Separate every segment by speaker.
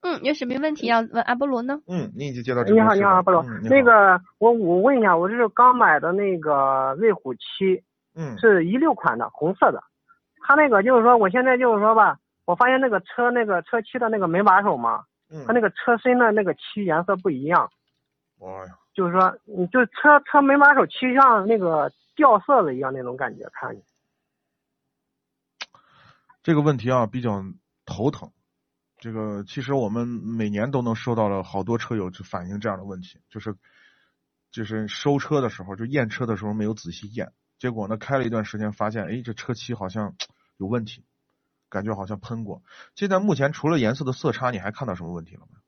Speaker 1: 嗯，有什么问题要问阿波罗呢？
Speaker 2: 嗯，你已经接到这个
Speaker 3: 你好，
Speaker 2: 信
Speaker 3: 你
Speaker 2: 了
Speaker 3: 好，阿波罗
Speaker 2: 嗯、。
Speaker 3: 那
Speaker 2: 你好，
Speaker 3: 个，我我问一下，我是刚买的那个瑞虎七，
Speaker 2: 嗯，
Speaker 3: 是一六款的，红色的。它那个就是说，我现在就是说吧，我发现那个车那个车漆的那个门把手嘛，
Speaker 2: 嗯，
Speaker 3: 它那个车身的那个漆颜色不一样，
Speaker 2: 哎呀，
Speaker 3: 就是说，你就车车门把手漆像那个掉色了一样那种感觉，看着。
Speaker 2: 这个问题啊比较头疼。这个其实我们每年都能收到了好多车友就反映这样的问题，就是就是收车的时候就验车的时候没有仔细验，结果呢开了一段时间发现，哎，这车漆好像有问题，感觉好像喷过。现在目前除了颜色的色差，你还看到什么问题了吗？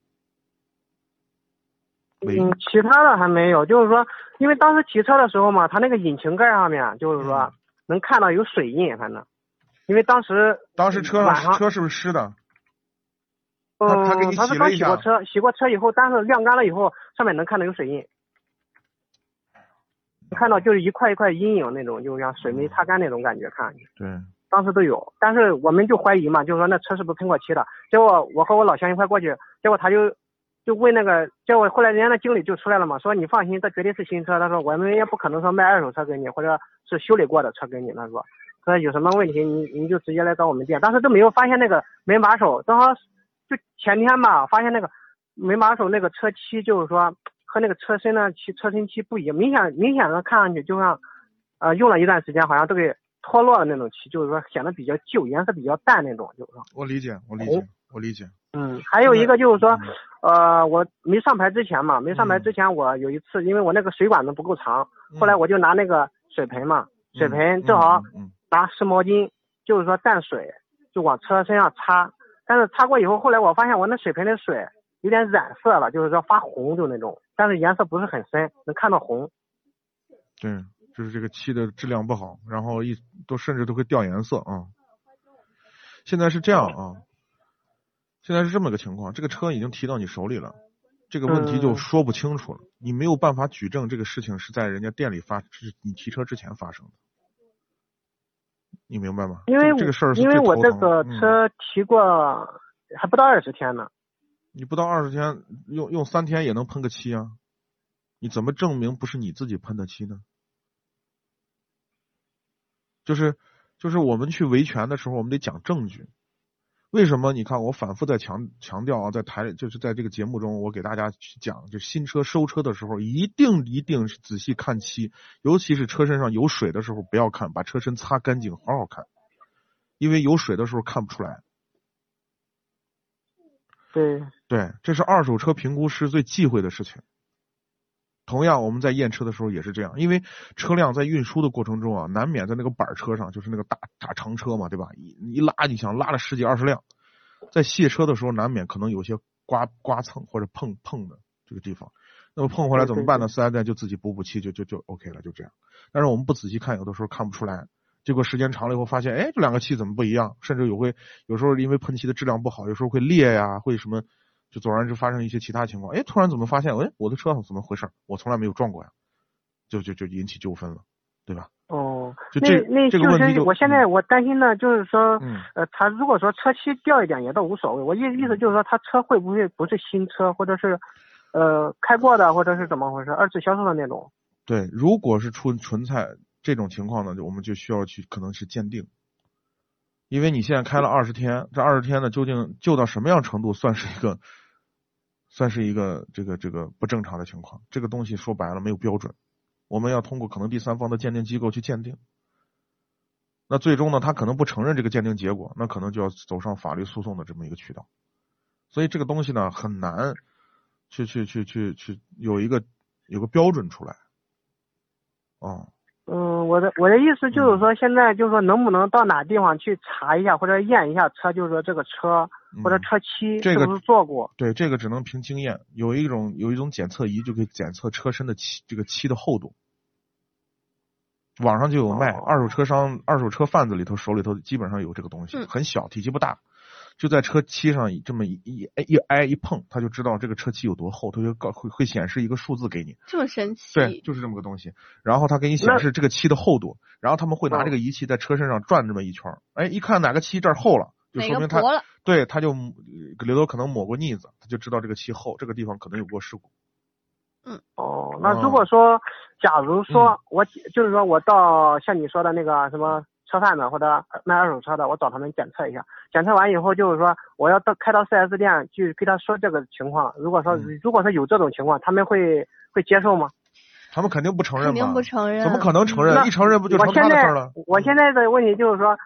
Speaker 2: 喂，
Speaker 3: 嗯，其他的还没有，就是说，因为当时提车的时候嘛，它那个引擎盖上面啊就是说、
Speaker 2: 嗯
Speaker 3: 能看到有水印，反正，因为当时
Speaker 2: 当时车
Speaker 3: 晚上
Speaker 2: 上车是不是湿的？
Speaker 3: 嗯，
Speaker 2: 他他给你
Speaker 3: 他
Speaker 2: 洗
Speaker 3: 是
Speaker 2: 了
Speaker 3: 刚
Speaker 2: 一
Speaker 3: 洗过
Speaker 2: 下
Speaker 3: 车，洗过车以后，但是晾干了以后，上面能看到有水印，看到就是一块一块阴影那种，就像水没擦干那种感觉，看上去
Speaker 2: 对，
Speaker 3: 当时都有，但是我们就怀疑嘛，就是说那车是不是喷过漆的？结果我和我老乡一块过去，结果他就就问那个，结果后来人家的经理就出来了嘛，说你放心，这绝对是新车，他说我们也不可能说卖二手车给你，或者是修理过的车给你，他说。说有什么问题，您您就直接来找我们店。当时都没有发现那个门把手，正好就前天吧，发现那个门把手那个车漆，就是说和那个车身呢漆车身漆不一样，明显明显的看上去就像，呃，用了一段时间，好像都给脱落了那种漆，就是说显得比较旧，颜色比较淡那种，就是说，
Speaker 2: 我理解，我理解，我理解。
Speaker 3: 嗯，还有一个就是哎说
Speaker 2: 嗯，
Speaker 3: 呃，我没上牌之前嘛，没上牌
Speaker 2: 嗯
Speaker 3: 之前，我有一次因为我那个水管子不够长，后来我就拿那个水盆嘛，水盆正好
Speaker 2: 嗯，嗯
Speaker 3: 拿湿毛巾，就是说蘸水，就往车身上擦。但是擦过以后，后来我发现我那水盆的水有点染色了，就是说发红就那种，但是颜色不是很深，能看到红。
Speaker 2: 嗯对，就是这个漆的质量不好，然后一都甚至都会掉颜色啊。现在是这样啊，现在是这么个情况，这个车已经提到你手里了，这个问题就
Speaker 3: 嗯
Speaker 2: 说不清楚了，你没有办法举证这个事情是在人家店里发，是你提车之前发生的，你明白吗？
Speaker 3: 因为
Speaker 2: 这这个事儿是
Speaker 3: 因为
Speaker 2: 最
Speaker 3: 我
Speaker 2: 头
Speaker 3: 这
Speaker 2: 疼
Speaker 3: 个
Speaker 2: 的嗯
Speaker 3: 车提过还不到二十天呢，
Speaker 2: 你不到二十天，用用三天也能喷个漆啊？你怎么证明不是你自己喷的漆呢？就是就是我们去维权的时候，我们得讲证据。为什么？你看，我反复在强强调啊，在台里就是在这个节目中，我给大家去讲，就新车收车的时候，一定一定是仔细看漆，尤其是车身上有水的时候，不要看，把车身擦干净，好好看，因为有水的时候看不出来。
Speaker 3: 对，
Speaker 2: 对，这是二手车评估师最忌讳的事情。同样，我们在验车的时候也是这样，因为车辆在运输的过程中啊，难免在那个板儿车上，就是那个大大长车嘛，对吧？一一拉，你想拉了十几二十辆，在卸车的时候，难免可能有些刮刮蹭或者碰碰的这个地方。那么碰回来
Speaker 3: 对
Speaker 2: 怎么办呢？四 S 店就自己补补漆，就就就 OK 了，就这样。但是我们不仔细看，有的时候看不出来。结果时间长了以后，发现哎，这两个漆怎么不一样？甚至有会有时候因为喷漆的质量不好，有时候会裂呀、会什么，就总而言之发生一些其他情况。哎，突然怎么发现？哎，我的车怎么回事儿？我从来没有撞过呀，就就就引起纠纷了，对吧？
Speaker 3: 哦，
Speaker 2: 就
Speaker 3: 那
Speaker 2: 这
Speaker 3: 那
Speaker 2: 这
Speaker 3: 就
Speaker 2: 个问题
Speaker 3: 是
Speaker 2: 就
Speaker 3: 我现在我担心的就是说，
Speaker 2: 嗯
Speaker 3: 呃，他如果说车漆掉一点也倒无所谓，我意意思就是说他车会不会不是新车，或者是呃开过的，或者是怎么回事，二次销售的那种。
Speaker 2: 对，如果是纯纯菜这种情况呢，就我们就需要去可能是鉴定，因为你现在开了二十天，这二十天呢，究竟旧到什么样程度算是一个算是一个这个这个不正常的情况。这个东西说白了没有标准，我们要通过可能第三方的鉴定机构去鉴定。那最终呢，他可能不承认这个鉴定结果，那可能就要走上法律诉讼的这么一个渠道。所以这个东西呢，很难去去去去去有一个有个标准出来。哦、
Speaker 3: 嗯，我的我的意思就是说，现在就是说，能不能到哪地方去查一下或者验一下车，就是说这个车
Speaker 2: 嗯，
Speaker 3: 或者车漆
Speaker 2: 这
Speaker 3: 是
Speaker 2: 个
Speaker 3: 不是做过？
Speaker 2: 对，这个只能凭经验。有一种有一种检测仪，就可以检测车身的漆这个漆的厚度。网上就有卖，
Speaker 3: 哦
Speaker 2: 二手车商、二手车贩子里头手里头基本上有这个东西，
Speaker 1: 嗯
Speaker 2: 很小，体积不大，就在车漆上这么一一一挨一碰，他就知道这个车漆有多厚，他就告会会显示一个数字给你。
Speaker 1: 这么神奇？
Speaker 2: 对，就是这么个东西。然后他给你显示这个漆的厚度，然后他们会拿
Speaker 3: 哦
Speaker 2: 这个仪器在车身上转这么一圈儿，哎，一看哪个漆这儿厚了，就
Speaker 1: 哪
Speaker 2: 说
Speaker 1: 个
Speaker 2: 明他
Speaker 1: 薄了？
Speaker 2: 对，他就呃刘德可能抹过腻子，他就知道这个气候，这个地方可能有过事故。
Speaker 3: 哦，那
Speaker 2: 哦嗯
Speaker 3: 如果说，假如说我就是说我到像你说的那个什么车贩子或者卖二手车的，我找他们检测一下，检测完以后就是说我要到开到 4S 店去跟他说这个情况。如果说
Speaker 2: 嗯
Speaker 3: 如果说有这种情况，他们会会接受吗？
Speaker 2: 他们肯定不承认
Speaker 1: 肯
Speaker 2: 嘛，
Speaker 1: 定不承认。
Speaker 2: 怎么可能承认？
Speaker 3: 那
Speaker 2: 一承认不就
Speaker 3: 我
Speaker 2: 成他
Speaker 3: 现
Speaker 2: 的事
Speaker 3: 在
Speaker 2: 儿了？
Speaker 3: 我现在的问题就是说，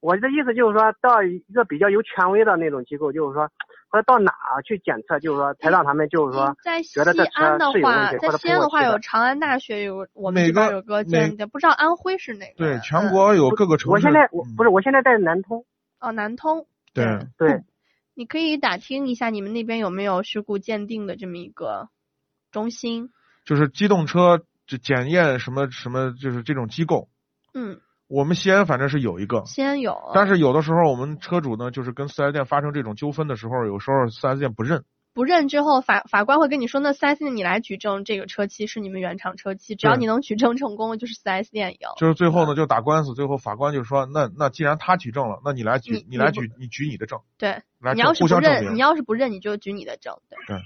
Speaker 3: 我的意思就是说到一个比较有权威的那种机构，就是说或者到哪儿去检测，就是说才让他们就是说
Speaker 1: 嗯在西
Speaker 3: 觉得这车
Speaker 1: 安的
Speaker 3: 是有问
Speaker 1: 话，
Speaker 3: 题
Speaker 1: 在
Speaker 3: 或者
Speaker 1: 西安
Speaker 3: 不
Speaker 1: 的
Speaker 3: 过
Speaker 1: 话
Speaker 3: 去
Speaker 1: 有
Speaker 3: 的
Speaker 1: 长安大学有，我们
Speaker 2: 哪
Speaker 1: 这边
Speaker 2: 个
Speaker 1: 有个
Speaker 2: 哪
Speaker 1: 鉴定，不知道安徽是哪个？
Speaker 2: 对，全
Speaker 1: 嗯、
Speaker 2: 国有各个城市。
Speaker 3: 我现在我
Speaker 2: 嗯
Speaker 3: 不是我现在在南通，
Speaker 1: 哦，南通。
Speaker 2: 对，
Speaker 3: 对。
Speaker 1: 你可以打听一下你们那边有没有事故鉴定的这么一个中心。
Speaker 2: 就是机动车这检验什么什么，就是这种机构，
Speaker 1: 嗯，
Speaker 2: 我们西安反正是有一个。
Speaker 1: 西安有。
Speaker 2: 但是有的时候，我们车主呢，就是跟四 S 店发生这种纠纷的时候，有时候四 S 店不认，
Speaker 1: 不认之后，法法官会跟你说，那四 S 店你来举证，这个车漆是你们原厂车漆，只要
Speaker 2: 对
Speaker 1: 你能举证成功了，就是四 S 店赢。
Speaker 2: 就是最后呢就打官司，最后法官就说，那那既然他举证了，那你来举
Speaker 1: 你
Speaker 2: 你来
Speaker 1: 你不
Speaker 2: 举你举你的证，
Speaker 1: 对，
Speaker 2: 来
Speaker 1: 你要是
Speaker 2: 互
Speaker 1: 不
Speaker 2: 相证
Speaker 1: 认，
Speaker 2: 明
Speaker 1: 你。要是不认，你就举你的证。对，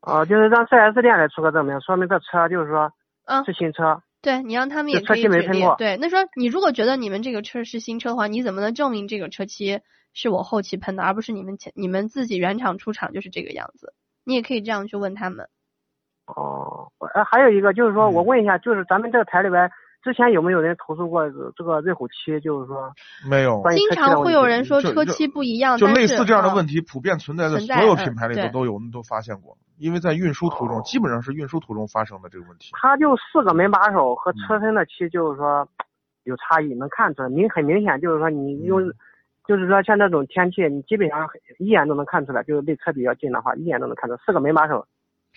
Speaker 3: 哦，就是让 4S 店来出个证明，说明这车就是说
Speaker 1: 嗯，
Speaker 3: 是新车。
Speaker 1: 对你让他们
Speaker 3: 这
Speaker 1: 也可
Speaker 3: 车
Speaker 1: 以
Speaker 3: 漆没
Speaker 1: 决
Speaker 3: 喷
Speaker 1: 定
Speaker 3: 过。
Speaker 1: 对，那说你如果觉得你们这个车是新车的话，你怎么能证明这个车漆是我后期喷的，而不是你们前你们自己原厂出厂就是这个样子？你也可以这样去问他们。
Speaker 3: 哦，呃，还有一个就是说，
Speaker 2: 嗯
Speaker 3: 我问一下，就是咱们这个台里边之前有没有人投诉过这个瑞虎七？就是说，
Speaker 2: 没有，
Speaker 3: 关于
Speaker 1: 经
Speaker 3: 车漆的
Speaker 1: 常
Speaker 3: 问
Speaker 1: 会
Speaker 3: 题
Speaker 1: 有人说
Speaker 2: 就
Speaker 1: 车
Speaker 2: 就
Speaker 1: 漆不一样，
Speaker 2: 就
Speaker 1: 但
Speaker 2: 类
Speaker 1: 是
Speaker 2: 似这样的
Speaker 1: 嗯
Speaker 2: 问题，普遍存在在
Speaker 1: 存在
Speaker 2: 所有
Speaker 1: 嗯
Speaker 2: 品牌里头
Speaker 1: 对哦
Speaker 2: 都有，我们都发现过。因为在运输途中，基本上是运输途中发生的这个问题。
Speaker 3: 它就四个门把手
Speaker 2: 嗯
Speaker 3: 和车身的漆，就是说有差异，能看出来，明很明显，就是说你用，
Speaker 2: 嗯
Speaker 3: 就是说像这种天气，你基本上一眼都能看出来，就是离车比较近的话，一眼都能看出来，四个门把手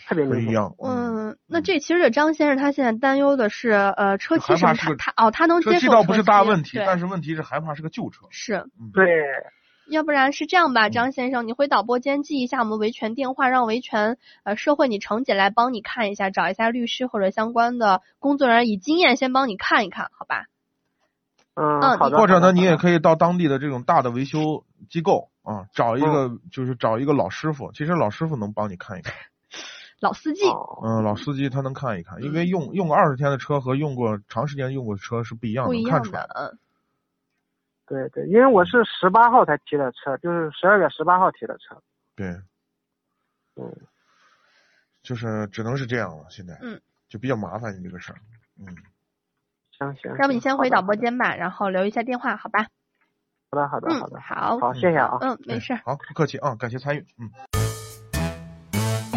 Speaker 3: 特别
Speaker 2: 不
Speaker 3: 明
Speaker 2: 一
Speaker 3: 显。
Speaker 2: 样，嗯，
Speaker 1: 嗯，那这其实这张先生他现在担忧的是，呃，车漆
Speaker 2: 害
Speaker 1: 什么
Speaker 2: 怕是
Speaker 1: 他
Speaker 2: 个
Speaker 1: 他哦，他能接
Speaker 2: 车
Speaker 1: 受
Speaker 2: 漆倒不是大问题，
Speaker 1: 对
Speaker 2: 但是问题是害怕是个旧车。
Speaker 1: 是，
Speaker 2: 嗯，
Speaker 3: 对，
Speaker 1: 要不然是这样吧，
Speaker 2: 嗯
Speaker 1: 张先生，你回导播间记一下我们维权电话，让维权呃社会你程姐来帮你看一下，找一下律师或者相关的工作人员以经验先帮你看一看，好吧？
Speaker 3: 嗯，
Speaker 1: 嗯
Speaker 3: 好的。
Speaker 2: 或者
Speaker 3: 好的
Speaker 2: 呢，你也可以到当地的这种大的维修机构啊，找
Speaker 1: 嗯
Speaker 2: 一个就是找一个老师傅，其实老师傅能帮你看一看，
Speaker 1: 老司机，
Speaker 3: 哦
Speaker 2: 嗯，老司机他能看一看，因为
Speaker 1: 嗯
Speaker 2: 用用过二十天的车和用过长时间用过的车是不一样
Speaker 1: 不
Speaker 2: 的，
Speaker 1: 一
Speaker 2: 能看
Speaker 1: 样
Speaker 2: 出来。
Speaker 1: 的，嗯
Speaker 3: 对对，因为我是十八号才提的车，就是十二月十八号提的车。
Speaker 2: 对，
Speaker 3: 嗯，
Speaker 2: 就是只能是这样了，现在，
Speaker 1: 嗯，
Speaker 2: 就比较麻烦你这个事儿，嗯。
Speaker 3: 行行。
Speaker 1: 嗯，要不你
Speaker 3: 行
Speaker 1: 先回导播。间吧，然后留一下电话，好吧？
Speaker 3: 好的好的
Speaker 1: 嗯
Speaker 3: 好的，
Speaker 1: 好
Speaker 3: 好的，好，谢谢啊。
Speaker 1: 嗯，没
Speaker 2: 哎
Speaker 1: 事儿。
Speaker 2: 好，不客气啊，感谢参与，嗯。